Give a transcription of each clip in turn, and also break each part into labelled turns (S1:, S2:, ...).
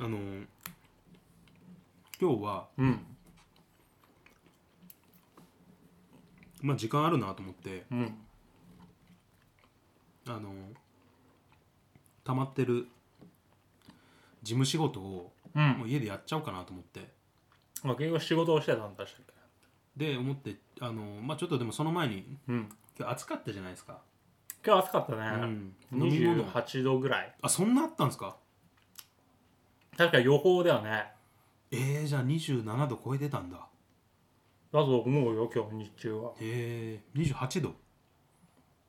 S1: あの今日は
S2: うん
S1: まあ時間あるなと思って
S2: うん
S1: あの溜まってる事務仕事を
S2: う
S1: も
S2: ん
S1: う家でやっちゃおうかなと思って
S2: まあ結局仕事をしてたんだしたっ
S1: で思ってあのまあちょっとでもその前に
S2: けうん
S1: 今日暑かったじゃないですか、
S2: 今日暑かった
S1: う
S2: ね、
S1: ん、飲み物
S2: 28度ぐらい
S1: あそんなあったんですか
S2: 確か予報ではね
S1: えー、じゃあ27度超えてたんだ
S2: だと思うよ今日日中は
S1: えー、28度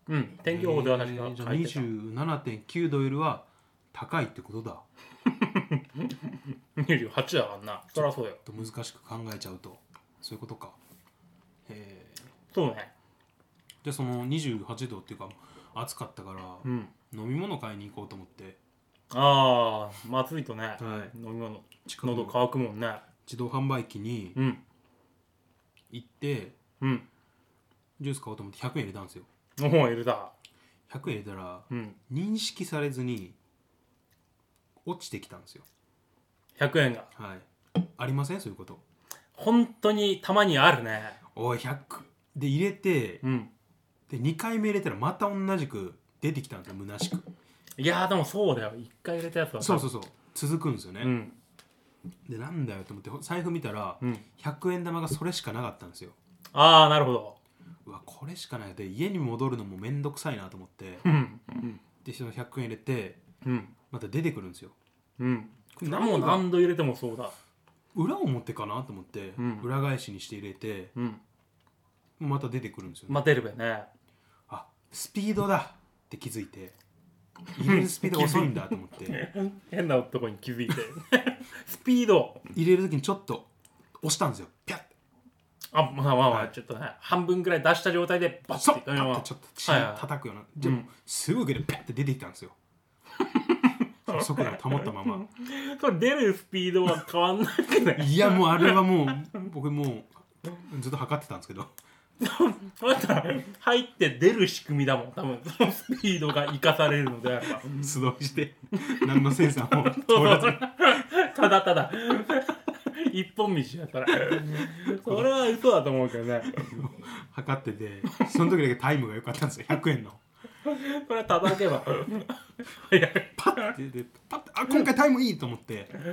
S2: うん天気予報では確
S1: え
S2: か
S1: ーじゃあ
S2: 書いてた、
S1: 27.9度よりは高いってことだ
S2: 28だからなそりゃそうだよ
S1: と難しく考えちゃうとそういうことかえー
S2: そうね
S1: でその28度っていうか暑かったから
S2: うん
S1: 飲み物買いに行こうと思って、
S2: ああまずいとね
S1: はい、
S2: 飲み物
S1: 近くの
S2: 喉乾くもんね
S1: 自動販売機に
S2: うん
S1: 行って
S2: うん
S1: ジュース買おうと思って100円入れたんですよ
S2: おお入れた
S1: 100円入れたら
S2: うん
S1: 認識されずに落ちてきたんですよ
S2: 100円が
S1: はいありませんそういうこと
S2: 本当にたまにあるね
S1: おい100で入れて
S2: うん
S1: で2回目入れたらまた同じく出てきたんですよ虚しく
S2: いやーでもそうだよ一回入れたやつは
S1: そうそうそう続くんですよね、
S2: うん
S1: でなんだよと思って財布見たら
S2: うん
S1: 100円玉がそれしかなかったんですよ
S2: ああなるほど
S1: うわこれしかないで家に戻るのもめんどくさいなと思って
S2: うんうん
S1: でその100円入れて
S2: うん
S1: また出てくるんですよ
S2: うん
S1: これ
S2: もう
S1: 何が
S2: 何度入れてもそうだ
S1: 裏表かなと思って、
S2: うん
S1: 裏返しにして入れて
S2: うん
S1: また出てくるんですよ、ね
S2: まあ出るべね
S1: あスピードだって気づいて入れるスピードが遅いんだと思って
S2: 変なとこに気づ いてスピード
S1: 入れる時にちょっと押したんですよピャッ
S2: あまあまあま
S1: は
S2: あ
S1: い
S2: ちょっとね半分ぐらい出した状態でバ
S1: そう
S2: ッて
S1: パッてちょっと血
S2: はいはい
S1: 叩くような、でもすぐでピャッて出てきたんで すよ速度を保ったまま
S2: それ出るスピードは変わんないけどね
S1: いやもうあれはもう僕もうずっと測ってたんですけど
S2: そうだったら入って出る仕組みだもん多分そのスピードが生かされるのであれば
S1: 素通りして何のセンサーも通らず
S2: ただただ一本道 やったらそれは嘘だと思うけどね
S1: 測っててその時だけタイムが良かったんですよ100円の
S2: これは叩け ば早い
S1: パッてでパッてあ今回タイムいいと思って、
S2: 自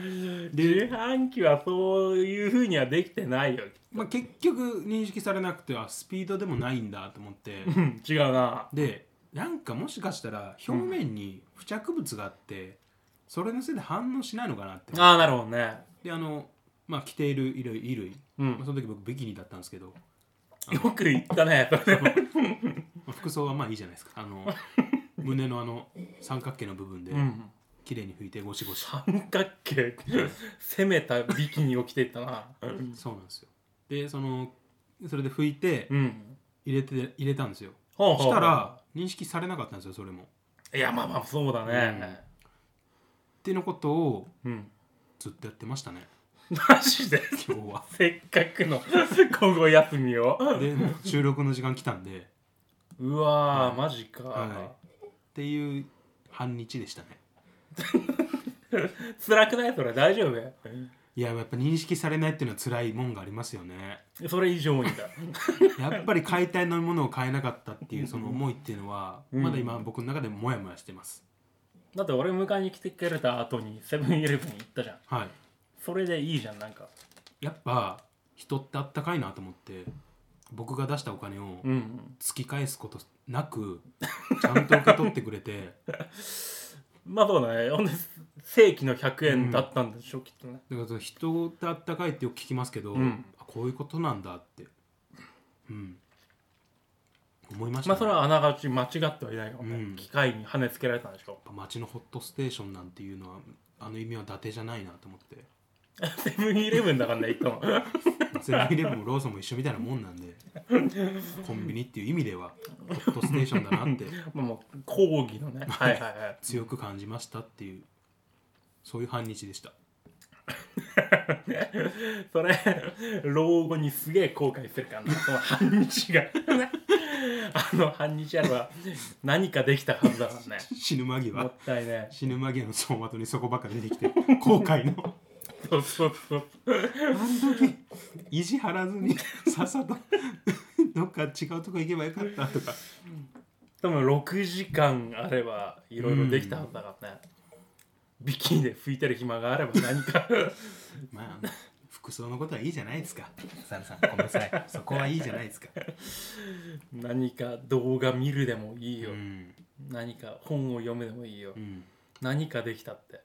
S2: 販機はそういうふうにはできてないよ
S1: まあ、結局認識されなくてはスピードでもないんだと思って
S2: うん違うな
S1: でなんかもしかしたら表面に付着物があってそれのせいで反応しないのかなって
S2: ああなるほどね
S1: であのまあ着ている衣類衣類、
S2: う
S1: まあ、
S2: ん
S1: その時僕ビキニだったんですけど、
S2: よく言ったねそれ
S1: まあ服装はまあいいじゃないですかあの胸のあの三角形の部分で
S2: うん
S1: 綺麗に拭いてゴシゴシ、
S2: 三角形攻めたビキニを着ていったなうん
S1: そうなんですよでそのそれで拭いて
S2: うん
S1: 入れて入れたんですよ
S2: ほ
S1: そ
S2: うほう
S1: したら認識されなかったんですよそれもっ
S2: いやまあまあそうだね
S1: ていうのことを
S2: うん
S1: ずっとやってましたね
S2: マジで
S1: 今 日は
S2: せっかくの午後休みを
S1: でもう収録の時間来たんで
S2: うわーマジ
S1: は
S2: か
S1: っていう半日でしたね
S2: 辛くないそれ大丈夫
S1: いややっぱ認識されないっていうのは辛いもんがありますよね
S2: それ以上にだ
S1: やっぱり買いたい飲み物を買えなかったっていうその思いっていうのは
S2: うん
S1: まだ今僕の中でもモヤモヤしてます
S2: だって俺迎えに来てくれた後にセブンイレブンに行ったじゃん
S1: はい
S2: それでいいじゃんなんか
S1: やっぱ人ってあったかいなと思って僕が出したお金を
S2: うん
S1: 突き返すことなくちゃんと受け取ってくれて
S2: まあそうだねほんで正規の100円だったんでしょ、きっとね
S1: だから人ってあったかいってよく聞きますけど、
S2: うん
S1: あこういうことなんだって、うん、思いました、ね
S2: まあそれはあながち間違ってはいないかもね、
S1: うん
S2: 機械に跳ねつけられたんでしょ
S1: やっぱ街のホットステーションなんていうのはあの意味は伊達じゃないなと思って
S2: セブンイレブンだからね行 ったの
S1: セブンイレブンもローソンも一緒みたいなもんなんでコンビニっていう意味ではホットステーションだなって
S2: まあもう講義のねはいはいはい
S1: 強く感じましたっていうそういう半日でした
S2: それ老後にすげえ後悔するからなその半日があの半日あれば何かできたはずだ からね
S1: 死ぬ間
S2: も
S1: 際
S2: ったいね
S1: 死ぬ間際の走馬灯にそこばっか出てきて後悔の
S2: そうそうそう
S1: あん時意地張らず にさっさとどっか違うとこ行けばよかったとか
S2: 多分6時間あればいろいろできたはずだからね、ビキニで拭いてる暇があれば何 か
S1: まあ服装のことはいいじゃないですかサラさんごめんなさいそこはいいじゃないですか
S2: 何か動画見るでもいいうよ、
S1: ん
S2: 何か本を読むでもいいよ、
S1: うん
S2: 何かできたって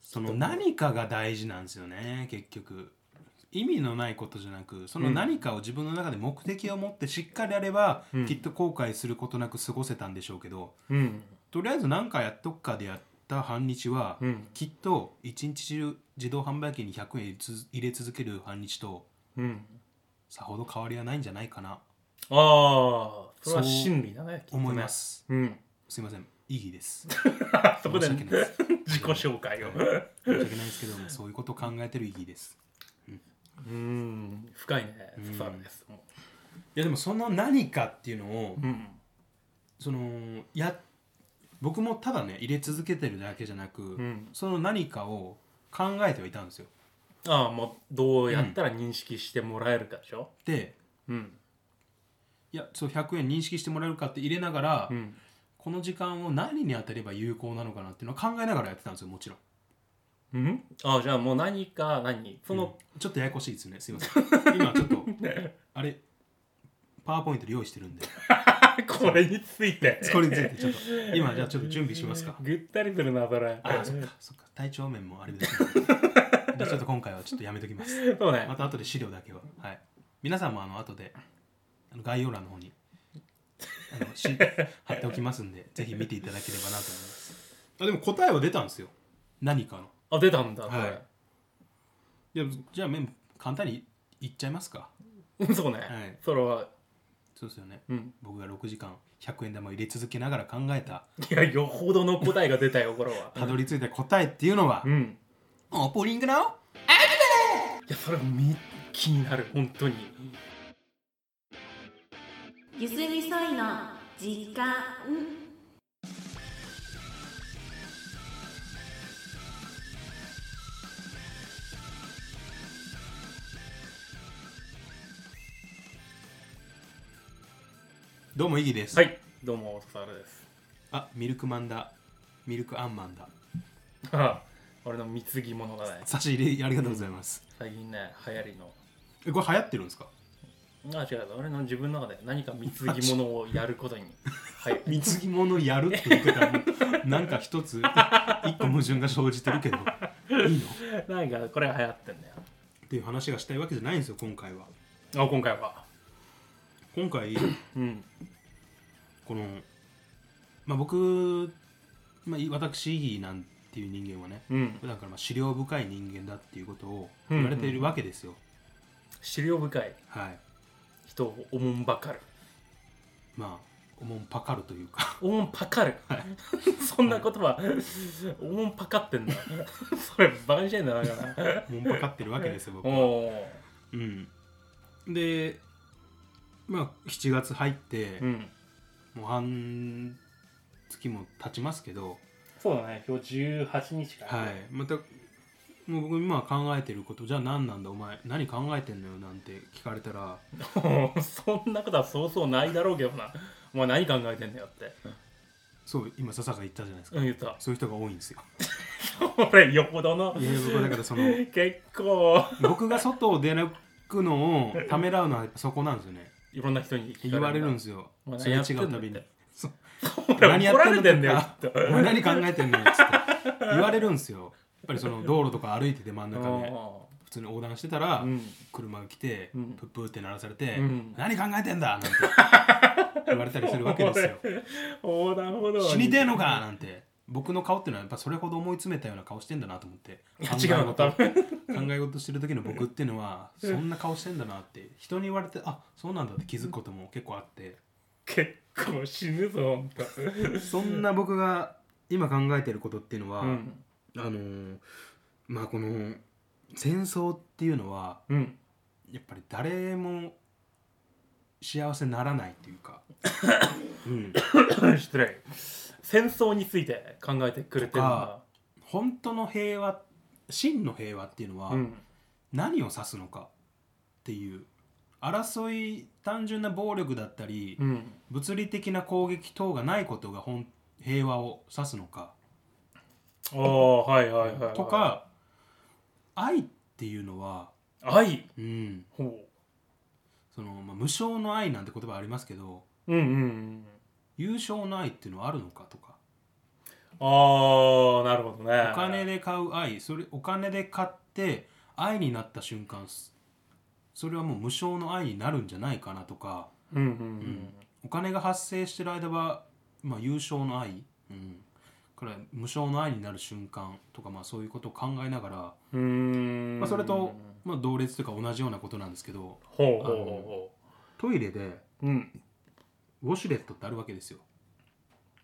S1: その何かが大事なんですよね結局意味のないことじゃなくその何かを自分の中で目的を持ってしっかりやれば、
S2: うん
S1: きっと後悔することなく過ごせたんでしょうけど
S2: うん
S1: とりあえず何かやっとくかでやった半日は、
S2: うん
S1: きっと一日中自動販売機に100円入れつ入れ続ける半日と
S2: うん
S1: さほど変わりはないんじゃないかな
S2: ああそれ
S1: そ
S2: は
S1: う
S2: 真理だねきっとね
S1: 思います、
S2: うん
S1: すいません意義です
S2: そこで
S1: 申し訳ないです
S2: 自己紹介を
S1: 申し訳ないですけどもそういうことを考えてる意義です
S2: うん深いね
S1: うん
S2: 深いですも
S1: いやでもその何かっていうのを
S2: ううん
S1: そのや僕もただね入れ続けてるだけじゃなく、
S2: うん
S1: その何かを考えてはいたんですよ
S2: ああもうどうやったら認識してもらえるかでしょ
S1: で
S2: うん
S1: いやそう100円認識してもらえるかって入れながら、
S2: うん
S1: この時間を何に当てれば有効なのかなっていうのを考えながらやってたんですよもちろん
S2: うんああじゃあもう何か何その、
S1: ちょっとややこしいですねすいませ ん今ちょっとあれパワーポイントで用意してるんで
S2: これについて
S1: それについてちょっと今じゃあちょっと準備しますか
S2: ぐったりするなそれ
S1: あそっかそっか体調面もあれです ねじゃあちょっと今回はちょっとやめときます
S2: そうね
S1: また後で資料だけは、はい、皆さんもあの後であの概要欄の方にあ のし貼っておきますんでぜひ見ていただければなと思いますあでも答えは出たんですよ何かの
S2: あ出たんだそれ、
S1: はいいやじゃあメン簡単に言っちゃいますか
S2: そう
S1: は
S2: ね、
S1: い
S2: それ は
S1: そうですよね
S2: うん
S1: 僕が6時間100円玉を入れ続けながら考えた
S2: いやよほどの答えが出たよこれは
S1: たどり着いた答えっていうのは
S2: う、ん
S1: オープニングの
S2: いやそれみ気になる本当に
S3: ゆすみそいの時間
S1: どうもイギです、
S2: はいどうもおさるです
S1: あミルクマンだミルクアンマンだ
S2: あ俺の貢ぎ物がね
S1: 差し入れありがとうございます、
S2: 最近ね流行りの
S1: えこれ流行ってるんですか
S2: あ違う俺の自分の中で何か貢ぎ物をや ることにはい
S1: 貢ぎ物やるって言ってたらもうなんか一つ一個矛盾が生じてるけどいいのっ
S2: なんかこれが流行ってんだよ
S1: ていう話がしたいわけじゃないんですよ今回は
S2: あ今回は
S1: 今回
S2: うん
S1: このまあ僕、まあ、い私イギなんていう人間はね
S2: うん
S1: 普段からまあ資料深い人間だっていうことを言われているわけですよ、
S2: 資料深い
S1: はい
S2: 人をおもんばかる
S1: まあおもんぱかるというか
S2: おもんぱかる、そんな言葉おもんぱかってんだそれバカにしてんだなだから
S1: おもんぱかってるわけですよ僕
S2: お
S1: は
S2: お
S1: うんでまあ7月入って、
S2: うん
S1: もう半月も経ちますけど、
S2: そうだね今日18日か
S1: はい、またもう僕今考えてることじゃあ何なんだお前何考えてんのよなんて聞かれたら
S2: そんなことはそうそうないだろうけどなお前何考えてんだよって、
S1: そう今笹が言ったじゃないですか、
S2: うん、言った
S1: そういう人が多いんですよ
S2: 俺よほどの
S1: いや僕はだからその
S2: 結構
S1: 僕が外を出なくのをためらうのはやっぱそこなんですよね
S2: いろんな人に聞か
S1: 言われるんですすよ
S2: お前
S1: それ違うたび
S2: 何やってん
S1: に
S2: だって
S1: そうとか
S2: 何やってんだよきっと
S1: お前何考えてんのよっつって言われるんですよやっぱりその道路とか歩いてて真ん中で普通に横断してたら、
S2: うん
S1: 車が来て、
S2: うん
S1: プップーって鳴らされて「
S2: うん
S1: 何考えてんだ!」なんて言われたりするわけです よ。
S2: 横断歩道に
S1: 死にてえのかなんて僕の顔ってのはやっぱそれほど思い詰めたような顔してんだなと思って
S2: いや
S1: 考え
S2: 違うの
S1: 事
S2: 多分
S1: 考え事してる時の僕っていうのはそんな顔してんだなって人に言われてあそうなんだって気づくことも結構あって
S2: 結構死ぬぞほんと
S1: そんな僕が今考えてることっていうのは、
S2: うん
S1: あのーまあこの戦争っていうのは
S2: うん
S1: やっぱり誰も幸せならないっていう か、うん、
S2: 失礼戦争について考えてくれてるのが
S1: 本当の平和真の平和っていうのは
S2: うん
S1: 何を指すのかっていう争い単純な暴力だったり、
S2: うん
S1: 物理的な攻撃等がないことが本平和を指すのか
S2: ああはいはいはい、はい、
S1: とか愛っていうのは、
S2: 愛
S1: うん
S2: ほ
S1: そのまあ、無償の愛なんて言葉ありますけど
S2: ううんうんうん
S1: 優勝の愛っていうのはあるのかとか
S2: ああなるほどね
S1: お金で買う愛それお金で買って愛になった瞬間すそれはもう無償の愛になるんじゃないかなとか
S2: うんうん
S1: お金が発生してる間は、まあ、有償の愛、うん、から無償の愛になる瞬間とか、まあ、そういうことを考えながら、
S2: うんうーん
S1: まあ、それと、まあ、同列というか同じようなことなんですけど
S2: ほうほうほ
S1: トイレで
S2: うほううん
S1: ウォシュレットってあるわけですよ。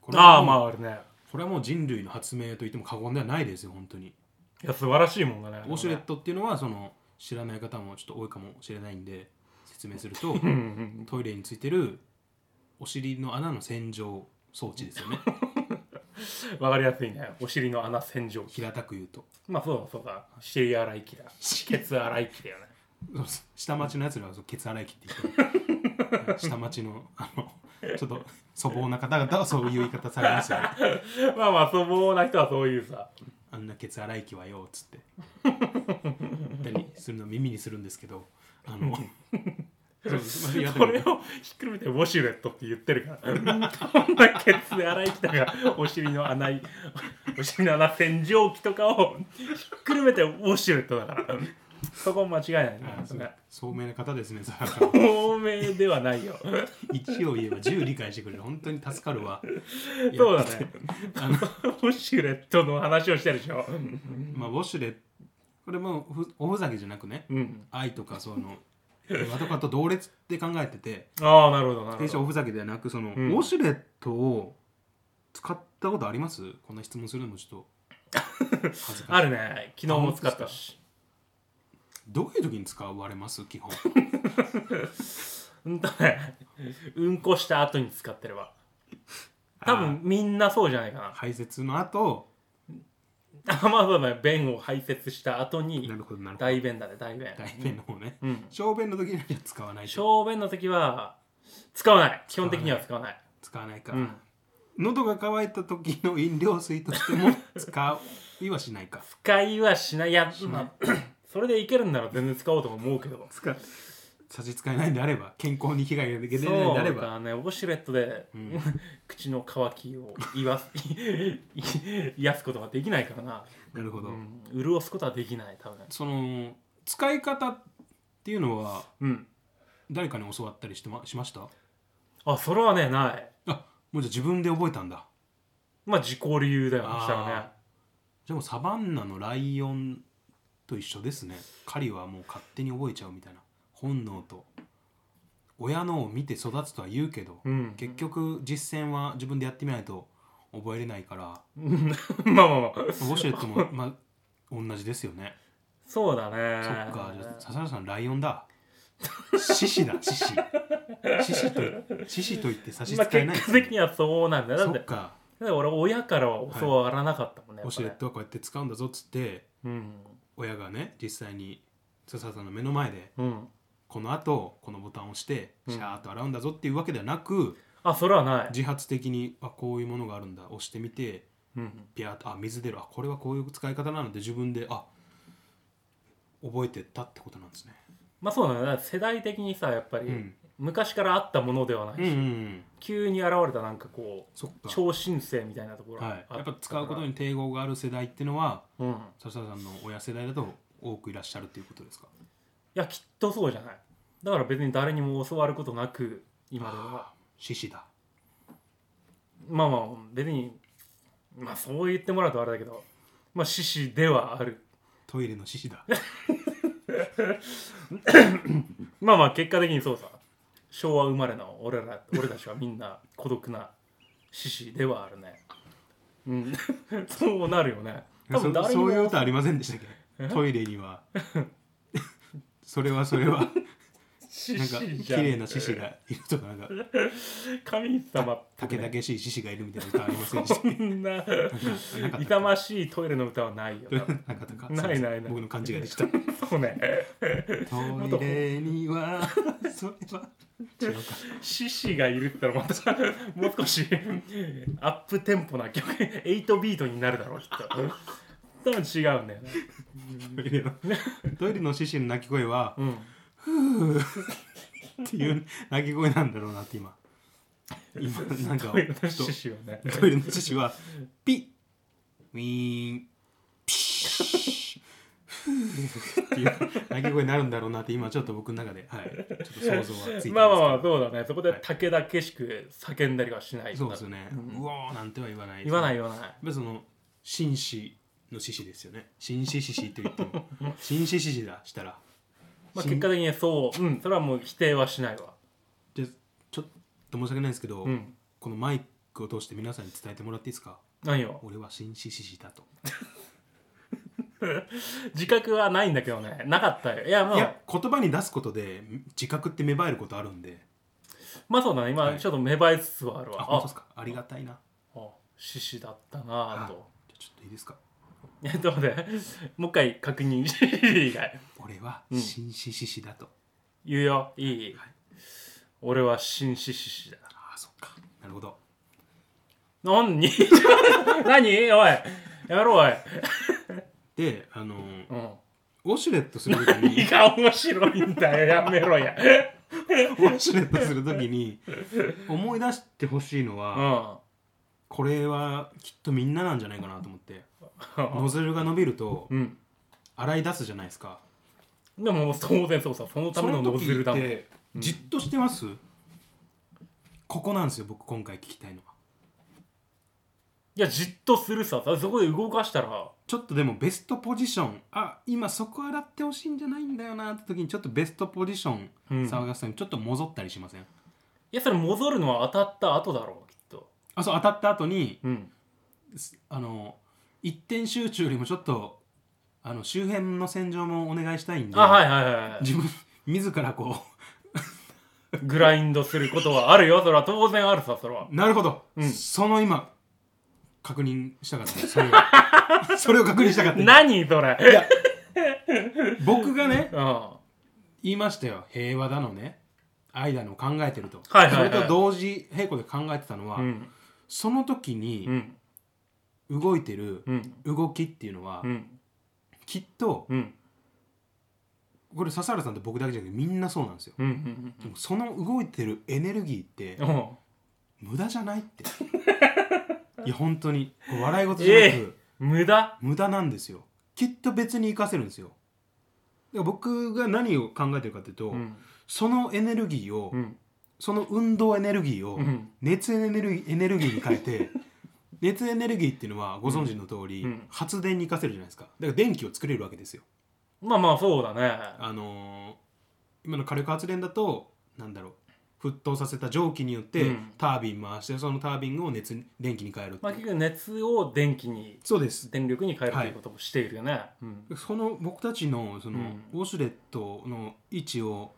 S1: これは
S2: ああ
S1: もう
S2: まああれね
S1: これはもう人類の発明と言っても過言ではないですよ本当に。
S2: いや素晴らしいもんだね
S1: ウォシュレットっていうのはその知らない方もちょっと多いかもしれないんで説明する と
S2: うんうん
S1: トイレについてるお尻の穴の洗浄装置ですよ ね
S2: うんわかりやすいねお尻の穴洗浄機
S1: 平たく言うと
S2: まあそうだそうだ尻洗い機だケツ洗い機だよね
S1: そうです下町のやつらはそうケツ洗い機って言って る下町のあのちょっと粗暴な方々はそういう言い方されますよね
S2: まあまあ粗暴な人はそういうさ
S1: あんなケツ洗い機はよっ つって言ったりするの耳にするんですけどあ のそうですまあ言わ
S2: こ
S1: れ
S2: れ
S1: ても
S2: をひっくるめてウォシュレットって言ってるからこんなケツ洗い機とかお尻の穴いお尻の穴洗浄機とかをひっくるめてウォシュレットだからそこ間違いないね
S1: あ
S2: 本当
S1: そう
S2: ね
S1: 聡明な方ですねザラさん
S2: 透明ではないよ
S1: 1を言えば10理解してくれる本当に助かるわ
S2: そうだ
S1: いや
S2: ね
S1: あの、
S2: ウォシュレットの話をしてるでしょ
S1: まあ、ウォシュレットこれもふおふざけじゃなくね
S2: うん
S1: 愛とかその和とかと同列って考えてて
S2: ああなるほどなる
S1: 弊社
S2: ほ
S1: お
S2: ど
S1: ふざけではなくその、
S2: うん
S1: ウォシュレットを使ったことありますこんな質問するのもちょっと恥ずかしい
S2: あるね昨日も使ったし
S1: どういう時に使われます基本
S2: うんとねうんこした後に使ってれば多分みんなそうじゃないかな
S1: 排泄の後
S2: あまあそうだね便を排泄した後に
S1: なるほどなるほど
S2: 大便だね大便
S1: 大便の方ね、
S2: うん
S1: 小便の時には使わないと
S2: 小便の時は使わない基本的には使わない
S1: 使わないか、
S2: うん
S1: 喉が渇いた時の飲料水としても使いはしないか
S2: 使いはしないやまあ それでいけるんなら全然使おうとも思うけど
S1: 使差し支えないんであれば健康に被害が出てないん
S2: そ
S1: であれ
S2: う
S1: ば
S2: だねウォシュレットで、
S1: うん
S2: 口の渇きを言わす 癒すことができないからな、
S1: なるほ
S2: う
S1: ど、
S2: ん、潤すことはできない多分
S1: その使い方っていうのは
S2: うん
S1: 誰かに教わったりしてましました
S2: あそれはねない
S1: あもうじゃあ自分で覚えたんだ
S2: まあ自己流だよ
S1: あー
S2: したらね
S1: じゃあもうサバンナのライオンと一緒ですね狩りはもう勝手に覚えちゃうみたいな本能と親のを見て育つとは言うけど、
S2: うん
S1: 結局実践は自分でやってみないと覚えれない から
S2: うん まあまあまあ
S1: ウォシュレットも、まあ、同じですよね。
S2: そうだね
S1: そっか、じゃあ笹原さん、ライオンだ。獅子だ、獅子。獅子と、獅子と言って差し支
S2: まあ、
S1: えない。
S2: 結果的にはそうなんだよだっ
S1: そ
S2: て
S1: っか、
S2: だって俺親からは教わらなかったもんね、
S1: ウォシュレットはこうやって使うんだぞっつって、
S2: やっぱね
S1: 親がね、実際に笹原さんの目の前で、
S2: うんうん
S1: この後、このボタンを押して、
S2: うん
S1: シャーっと洗うんだぞっていうわけではなく、
S2: あそれはない、
S1: 自発的に、あ、こういうものがあるんだ、押してみて、
S2: うん、
S1: ピャーっと、あ、水出る、あ、これはこういう使い方なので、自分で、あ、覚えてったってことなんですね。
S2: まあそうだねだから世代的にさやっぱり、
S1: うん
S2: 昔からあったものではないし、
S1: うんうんうん。
S2: 急に現れたなんかこう
S1: そっか。
S2: 超新星みたいなところがあ
S1: はい、や
S2: た
S1: っ
S2: から
S1: ぱ使うことに抵抗がある世代っていうのは
S2: うんい
S1: 笹田さんの親世代だと多くいらっしゃるっていうことですか
S2: やきっとそうじゃないだから別に誰にも教わることなく今では
S1: 獅子だ
S2: まあまあ別にまあそう言ってもらうとあれだけどまあ獅子ではある
S1: トイレの獅子だ
S2: まあまあ結果的にそうさ昭和生まれの俺ら俺たちはみんな孤独な獅子ではあるねうん そうなるよね多分
S1: そ
S2: 誰
S1: そういう
S2: も
S1: 歌 ありませんでしたっけトイレにはそれはそれは
S2: 獅
S1: なんか
S2: 子
S1: 綺
S2: じゃん
S1: 麗な獅子がいるとかなんか
S2: 神様っぽ
S1: たけ
S2: く
S1: だ
S2: ね
S1: けしい獅子がいるみたいな歌ありませんでした
S2: そんな痛ましいトイレの歌は ないよ
S1: なんかとか
S2: ないないない
S1: 僕の感じができ たト
S2: そうね
S1: イレにはそれは違うか
S2: 獅子がいるってのはまたもう少しアップテンポな曲8ビートになるだろうきっと多分違うんだよね
S1: トイ レのトイレの獅子の鳴き声は
S2: うん
S1: っていう鳴き声なんだろうなって今今なんか
S2: トイレの
S1: ふと
S2: 獅子はね
S1: トイレの獅子はピッウィーンピシッフーっていう鳴き声になるんだろうなって今ちょっと僕の中で、はい、ちょっと想像はついてますけど
S2: まあまあまあそうだねそこでたけだけしく叫んだりはしない
S1: そうですよね、う
S2: うん
S1: わーなんては言わない
S2: 言わない
S1: やっ
S2: 言わない
S1: ぱりその紳士の獅子ですよね紳士獅子と言っても紳士獅子だしたら
S2: まあ
S1: しん
S2: 結果的にそううんそれはもう否定はしないわ
S1: でちょっと申し訳ないんですけど、
S2: うん
S1: このマイクを通して皆さんに伝えてもらっていいですか
S2: 何よ
S1: 俺は紳士獅子だと
S2: 自覚はないんだけどねなかったよいやも
S1: いうや言葉に出すことで自覚って芽生えることあるんで
S2: まあそうだね今
S1: はい
S2: ちょっと芽生えつつはある
S1: あ
S2: わ
S1: 本当ですかありがたいな
S2: あ獅子だったなぁ
S1: は
S2: と
S1: いじゃあちょっといいですか
S2: えっと待ってもう一回確認してい いかい
S1: 俺は
S2: うん
S1: 紳士獅子だと、
S2: 言うよいい、
S1: はい
S2: 俺は紳士獅子だ
S1: ああそっかなるほど
S2: 何 何おいやろうおい、
S1: であのー
S2: うん、
S1: ウォシュレットするときに
S2: いいか面白いんだよやめろや
S1: ウォシュレットするときに思い出してほしいのは、これはきっとみんななんじゃないかなと思ってノズルが伸びると
S2: うん、うん
S1: 洗い出すじゃないですか
S2: でももう当然そうさそのた
S1: そ
S2: めの
S1: の
S2: ノ
S1: 時
S2: ズルだ
S1: っ
S2: もん
S1: てじっとしてます、ここなんですよ僕今回聞きたいのはい
S2: やじっとするさそこで動かしたら
S1: ちょっとでもベストポジションあ今そこ洗ってほしいんじゃないんだよなって時にちょっとベストポジション
S2: うん
S1: 騒がすのにちょっともぞったりしません、
S2: いやそれ戻るのは当たった後だろうきっと
S1: あそう当たった後に
S2: うん
S1: すあの一点集中よりもちょっとあの周辺の洗浄もお願いしたいんで、
S2: あはいはいはいは
S1: 自分自らこ
S2: いグラインドすることはあるよそれは当然あるさそれは
S1: うなるほど、
S2: うん
S1: その今確認したかったそれを それを確認したかった
S2: 何それ
S1: 僕がね
S2: うんは
S1: 言いましたよ平和だのね愛だのを考えてると、
S2: はいはいはい
S1: それと同時並行で考えてたのは、
S2: うん
S1: その時に
S2: うん
S1: 動いてる
S2: うん
S1: 動きっていうのは、
S2: うん
S1: きっと
S2: うん
S1: これ笹原さんと僕だけじゃなくてみんなそうなんですよ、
S2: うんうん
S1: でもその動いてるエネルギーって
S2: うんうん
S1: 無駄じゃないって いや本当にこれ笑い事じゃなく、
S2: ええ無駄
S1: 無駄なんですよきっと別に活かせるんですよだから僕が何を考えてるかというと、
S2: うん
S1: そのエネルギーを、
S2: うん
S1: その運動エネルギーを、
S2: うん
S1: 熱エネルギーエネルギーに変え て熱エネルギーっていうのはご存知の通り、
S2: うん
S1: 発電に活かせるじゃないですかだから電気を作れるわけですよ
S2: まあまあそうだね
S1: あのー今の火力発電だとなんだろう沸騰させた蒸気によって、
S2: うん
S1: タービン回してそのタービンを熱に電気に変えるって
S2: ま
S1: い
S2: あ
S1: う
S2: 結局熱を電気に
S1: そうです
S2: 電力に変えるということもしているよねうん
S1: その僕たちのその、
S2: うん
S1: ウォシュレットの位置を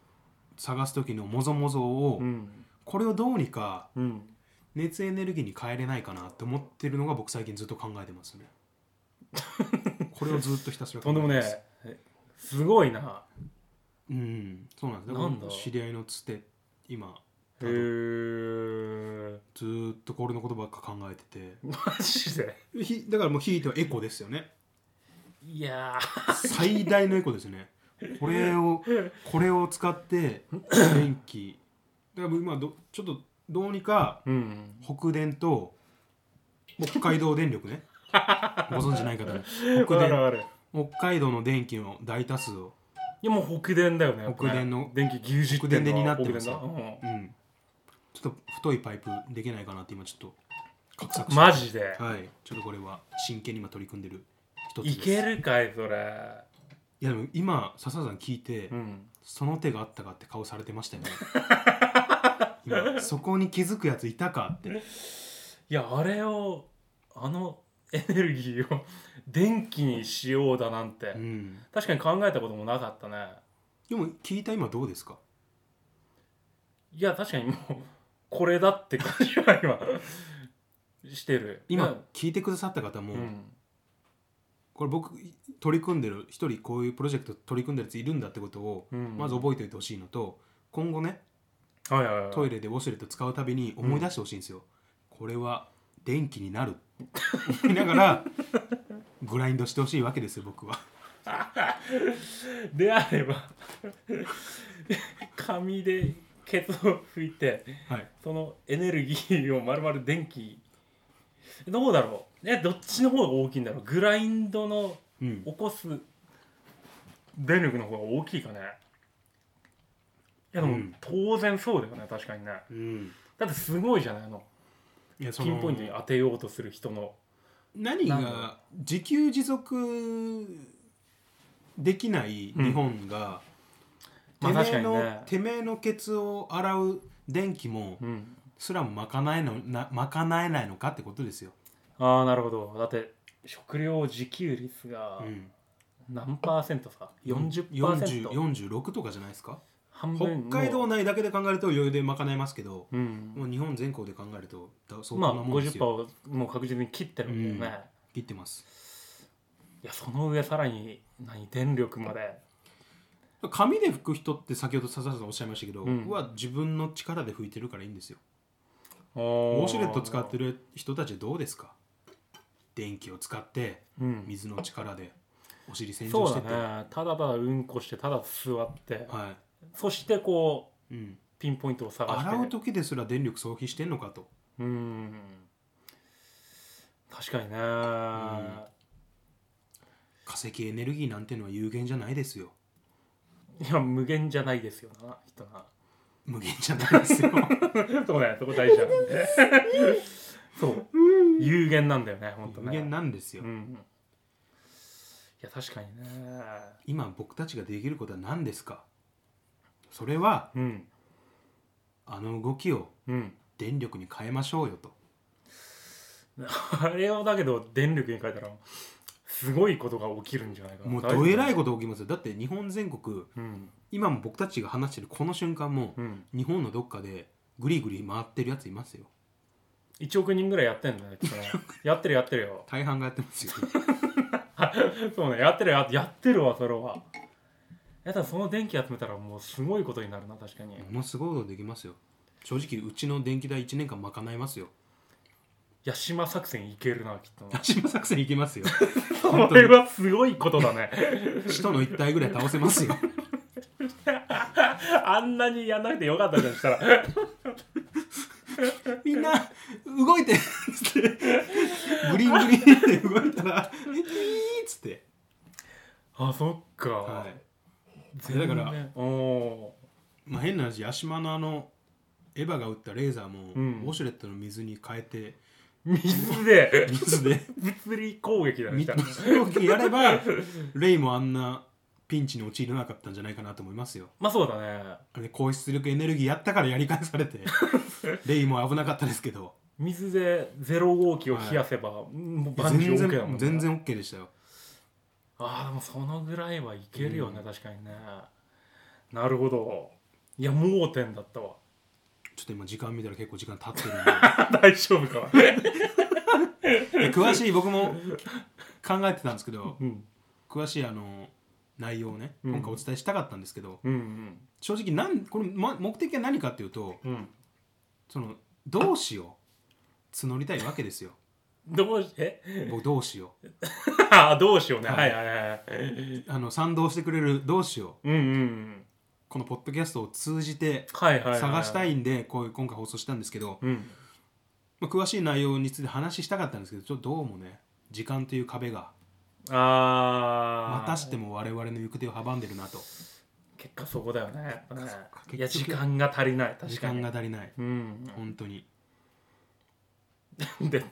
S1: 探す時のモゾモゾを、
S2: うん
S1: これをどうにか
S2: うん
S1: 熱エネルギーに変えれないかなって思ってるのが僕最近ずっと考えてます ねこれをずっとひたすら考
S2: と
S1: えて
S2: んでもね
S1: ま
S2: えすごいな
S1: うんそうなんですだ
S2: なん
S1: か
S2: だ
S1: ら知り合いのつて今
S2: へえ
S1: ずーっとこれのことばっか考えて
S2: マジで
S1: てひだからもうひいてはエコですよね
S2: いや
S1: 最大のエコですねこれをこれを使って電気だからもう今どちょっとどうにか
S2: ーうん
S1: 北電と北海道電力ねご存知ない方に 北
S2: ある
S1: 電
S2: ある
S1: 北海道の電気の大多数を、
S2: いやもう北電だよねやっぱね
S1: 北電の
S2: 電気牛耳
S1: 北電で担って
S2: る
S1: ますようん、ちょっと太いパイプできないかなって今ちょっと画策して
S2: マジで
S1: はいちょっとこれは真剣に今取り組んでる一つです
S2: いけるかいそれ
S1: いやでも今笹原さん聞いて、
S2: うん
S1: その手があったかって顔されてましたよね今そこに気づくやついたかって
S2: いやあれをあのエネルギーを電気にしようだなんて、
S1: うん
S2: 確かに考えたこともなかったね
S1: でも聞いた今どうですか
S2: いや確かにもうこれだって感じは今してる
S1: 今聞いてくださった方も、
S2: うん
S1: これ僕取り組んでる一人こういうプロジェクト取り組んでるやついるんだってことを、
S2: うん
S1: まず覚えておいてほしいのと今後ね
S2: はいはいはい
S1: トイレでウォシュレット使うたびに思い出してほしいんですよ、これは電気になる思いながらグラインドしてほしいわけですよ僕は
S2: であれば 紙でケツを拭いて
S1: はい
S2: そのエネルギーを丸々電気どうだろうえどっちの方が大きいんだろうグラインドの
S1: うん
S2: 起こす電力の方が大きいかねいやでも、
S1: うん
S2: 当然そうだよね確かにね
S1: うん
S2: だってすごいじゃないあの
S1: いやそ
S2: ピ
S1: の
S2: ンポイントに当てようとする人の
S1: 何
S2: なんだ
S1: が自給自足できない日本が、
S2: うんまあ
S1: てめえの、
S2: 確かにね
S1: てめえのケツを洗う電気も
S2: うん
S1: すらも賄えのな賄えないのかってことですよ、
S2: ああなるほどだって食料自給率が
S1: うん、
S2: 何パーセントさ、
S1: 40
S2: 40%?
S1: 46とかじゃないですか
S2: 半
S1: 北
S2: 分の
S1: 海道内だけで考えると余裕で賄えますけど、
S2: うん
S1: もう日本全国で考えるとだ相
S2: ま
S1: 当
S2: あ
S1: なもんです
S2: 50%
S1: よ、
S2: をもう確実に切ってるんだよね、
S1: 切ってます
S2: いやその上さらに何電力まで
S1: 紙で拭く人って先ほど笹原さんおっしゃいましたけど、
S2: うん
S1: は自分の力で拭いてるからいいんですよ
S2: ウ
S1: ウ
S2: ォ
S1: ォシュレット使って
S2: る、
S1: る人たちどうですか電気を使って
S2: うん、
S1: 水の力でお尻洗浄
S2: そ
S1: し
S2: う
S1: てて、
S2: だねただただうんこしてただ座って
S1: は
S2: そしてこう
S1: いうん、
S2: ピンポイントを探して
S1: 洗う時ですら電力消費してんのかと
S2: うん確かにね、
S1: 化石エネルギーなんてのは有限じゃないですよ
S2: いや無限じゃないですよな人な
S1: 無限じゃないですよ
S2: そうだよそこ大事だ そう有限なんだよね本当ね
S1: 無限なんですよ、
S2: うんいや確かにね
S1: 今僕たちができることは何ですかそれは
S2: うん
S1: あの動きを
S2: うん
S1: 電力に変えましょうよと
S2: あれはだけど電力に変えたらすごいことが起きるんじゃないかな
S1: もうどえらい
S2: こ
S1: こと起きますよだって日本全国
S2: とうん
S1: 今も僕たちが話してるこの瞬間も
S2: うん
S1: 日本のどっかでグリグリ回ってるやついますよ
S2: 1億人ぐらいやってんだねきっとねやってるやってるよ
S1: 大半がやってますよ
S2: そうねやってるややってるわそれはやったらその電気集めたらもうすごいことになるな確かに、い
S1: ものすごいことできますよ正直うちの電気代1年間賄えますよ
S2: や島作戦いけるなきっとな
S1: 八島作戦いけますよ本
S2: こ
S1: 当
S2: れ
S1: に
S2: はすごいことだね
S1: 使徒の一体ぐらい倒せますよ
S2: あんなにやんなくてよかったじゃんしたら
S1: みんな動いてっつってグリングリンって動いたら「えピー」っつって
S2: あそっか、
S1: はい
S2: 全然
S1: だから
S2: おお
S1: まあ、変な話八島のあのエヴァが打ったレーザーも、
S2: うん
S1: ウォシュレットの水に変え て
S2: 水で
S1: 水で
S2: 物理攻撃だね
S1: 水
S2: したら
S1: をやればレイもあんなピンチに陥らなかったんじゃないかなと思いますよ。
S2: まあそうだね
S1: あれ高出力エネルギーやったからやり返されて レイも危なかったですけど
S2: 水でゼロ号機を冷やせば、もう万事
S1: 全
S2: OK
S1: 然
S2: だもんね
S1: 全然 OK でしたよ。
S2: ああでもそのぐらいはいけるよね、確かにねなるほどいや盲点だったわ
S1: ちょっと今時間見たら結構時間経ってる
S2: 大丈夫か、
S1: んで詳しい僕も考えてたんですけど
S2: うん、
S1: 詳しいあの内容をね
S2: うん
S1: 今回お伝えしたかったんですけど、
S2: うんうん
S1: 正直なんこれ、ま、目的は何かっていうと
S2: うん
S1: その同志を募りたいわけです よ
S2: どうしえ
S1: 僕同志を
S2: ああどうしようねは
S1: はいい
S2: はいはい
S1: あの賛同してくれる同志を
S2: うんうん
S1: このポッドキャストを通じて
S2: はいはい、はい、
S1: 探した
S2: い
S1: いんでこういう今回放送したんですけど、
S2: うん
S1: まあ、詳しい内容について話したかったんですけどちょっとどうもね時間という壁が
S2: ああ
S1: またしても我々の行く手を阻んでるなと
S2: 結果そこだよねやっぱね
S1: か結局
S2: いや時間が足りない確かに
S1: 時間が足りない
S2: うん
S1: 本当に
S2: で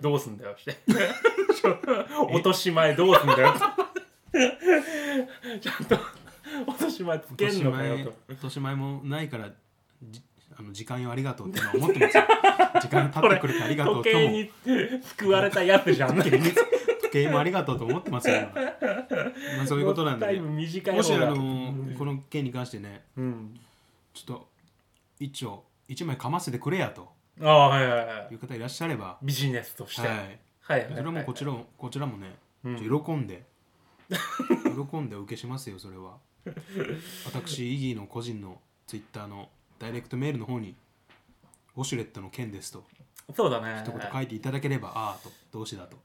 S2: どうすんだよして 落とし前どうすんだよ ちゃんと落とし前つけんのかよと
S1: お年前もないからじあの時間よありがとうってのは思ってますよ 時間経ってくれてありがとう
S2: 時
S1: とも
S2: 計に救われたやつじ ゃん時
S1: 時計もありがとうと思ってますよ今まあそういうことなんで、
S2: タイム短い
S1: もし
S2: 方
S1: あ
S2: が
S1: のこの件に関してね
S2: うん
S1: ちょっと一丁一枚かませてくれやと
S2: ああはいはいはい
S1: いう方いらっしゃれば、
S2: ビジネスとして、
S1: は
S2: は
S1: い、
S2: い、はいはい
S1: それはもうこちらもこちらもね、
S2: うん
S1: 喜んで喜んでお受けしますよそれは私イギーの個人のツイッターのダイレクトメールの方にウォシュレットの件ですと
S2: そうだね
S1: 一言書いていただければああと動詞だと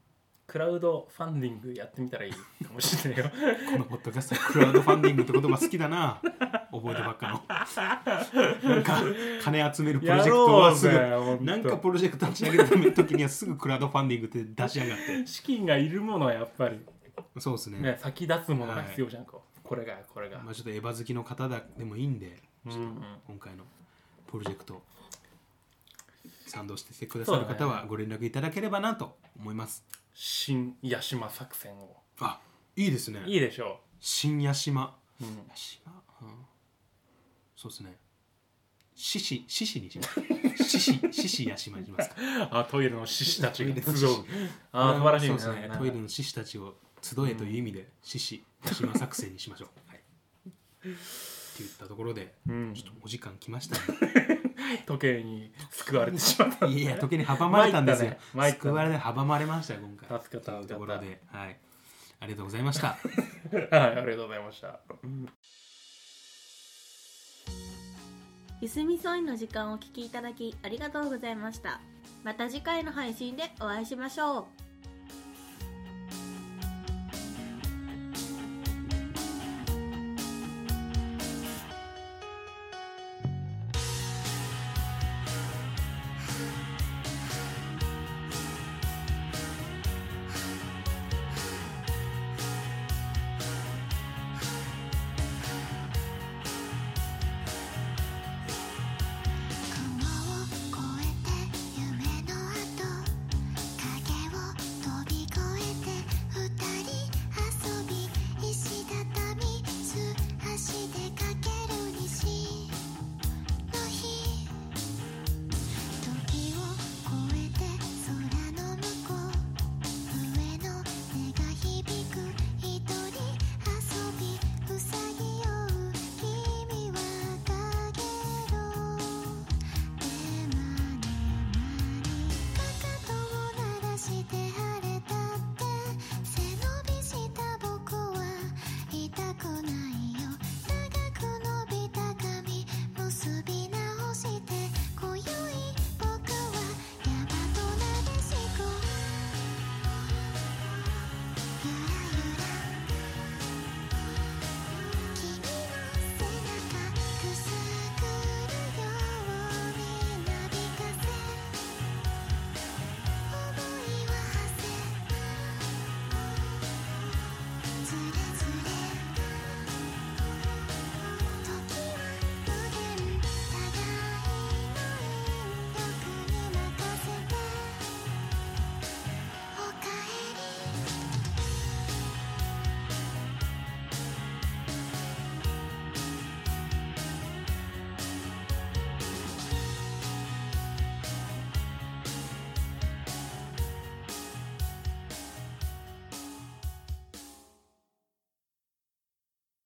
S2: クラウドファンディングやってみたらいいかもしれないよ
S1: このポッドキャストはクラウドファンディングって言葉好きだな覚えてばっかのなんか金集める プロジェクトはす
S2: やろうぜほん
S1: ぐ
S2: と
S1: なんかプロジェクト立ち上げるための時にはすぐクラウドファンディングって出しやがって
S2: 資金がいるものはやっぱり、
S1: そうですね
S2: ね、先立つものが必要じゃんか、これがこれが、
S1: まあ、ちょっとエヴァ好きの方だでもいいんで
S2: うんうん
S1: 今回のプロジェクト賛同してくださる
S2: そ
S1: 方
S2: うだ
S1: はご連絡いただければなと思います、
S2: 新屋島作戦を
S1: あいいですね
S2: いいでしょ
S1: 新屋島
S2: う、うん
S1: 屋島、うん、そうですね獅子獅子にします獅子獅子屋島にしますか
S2: あトイレの獅子たちが
S1: トイレの
S2: 集
S1: 獅
S2: う
S1: 子
S2: あー素晴らしい
S1: そ
S2: ね
S1: うですねトイレの獅子たちを集えという意味で獅子屋島作戦にしましょう、はい、って言ったところで
S2: うん
S1: ちょっとお時間来ましたね
S2: 時計に救われてしまった
S1: いやいや、時に阻まれたんですよ。
S2: 参ったね参ったね
S1: 救われて阻まれましたよ、今回。
S2: 助かった
S1: というところ
S2: 助
S1: で、はい。ありがとうございました。
S2: はいありがとうございました
S3: ゆすみそいの時間をお聞きいただきありがとうございましたまた次回の配信でお会いしましょう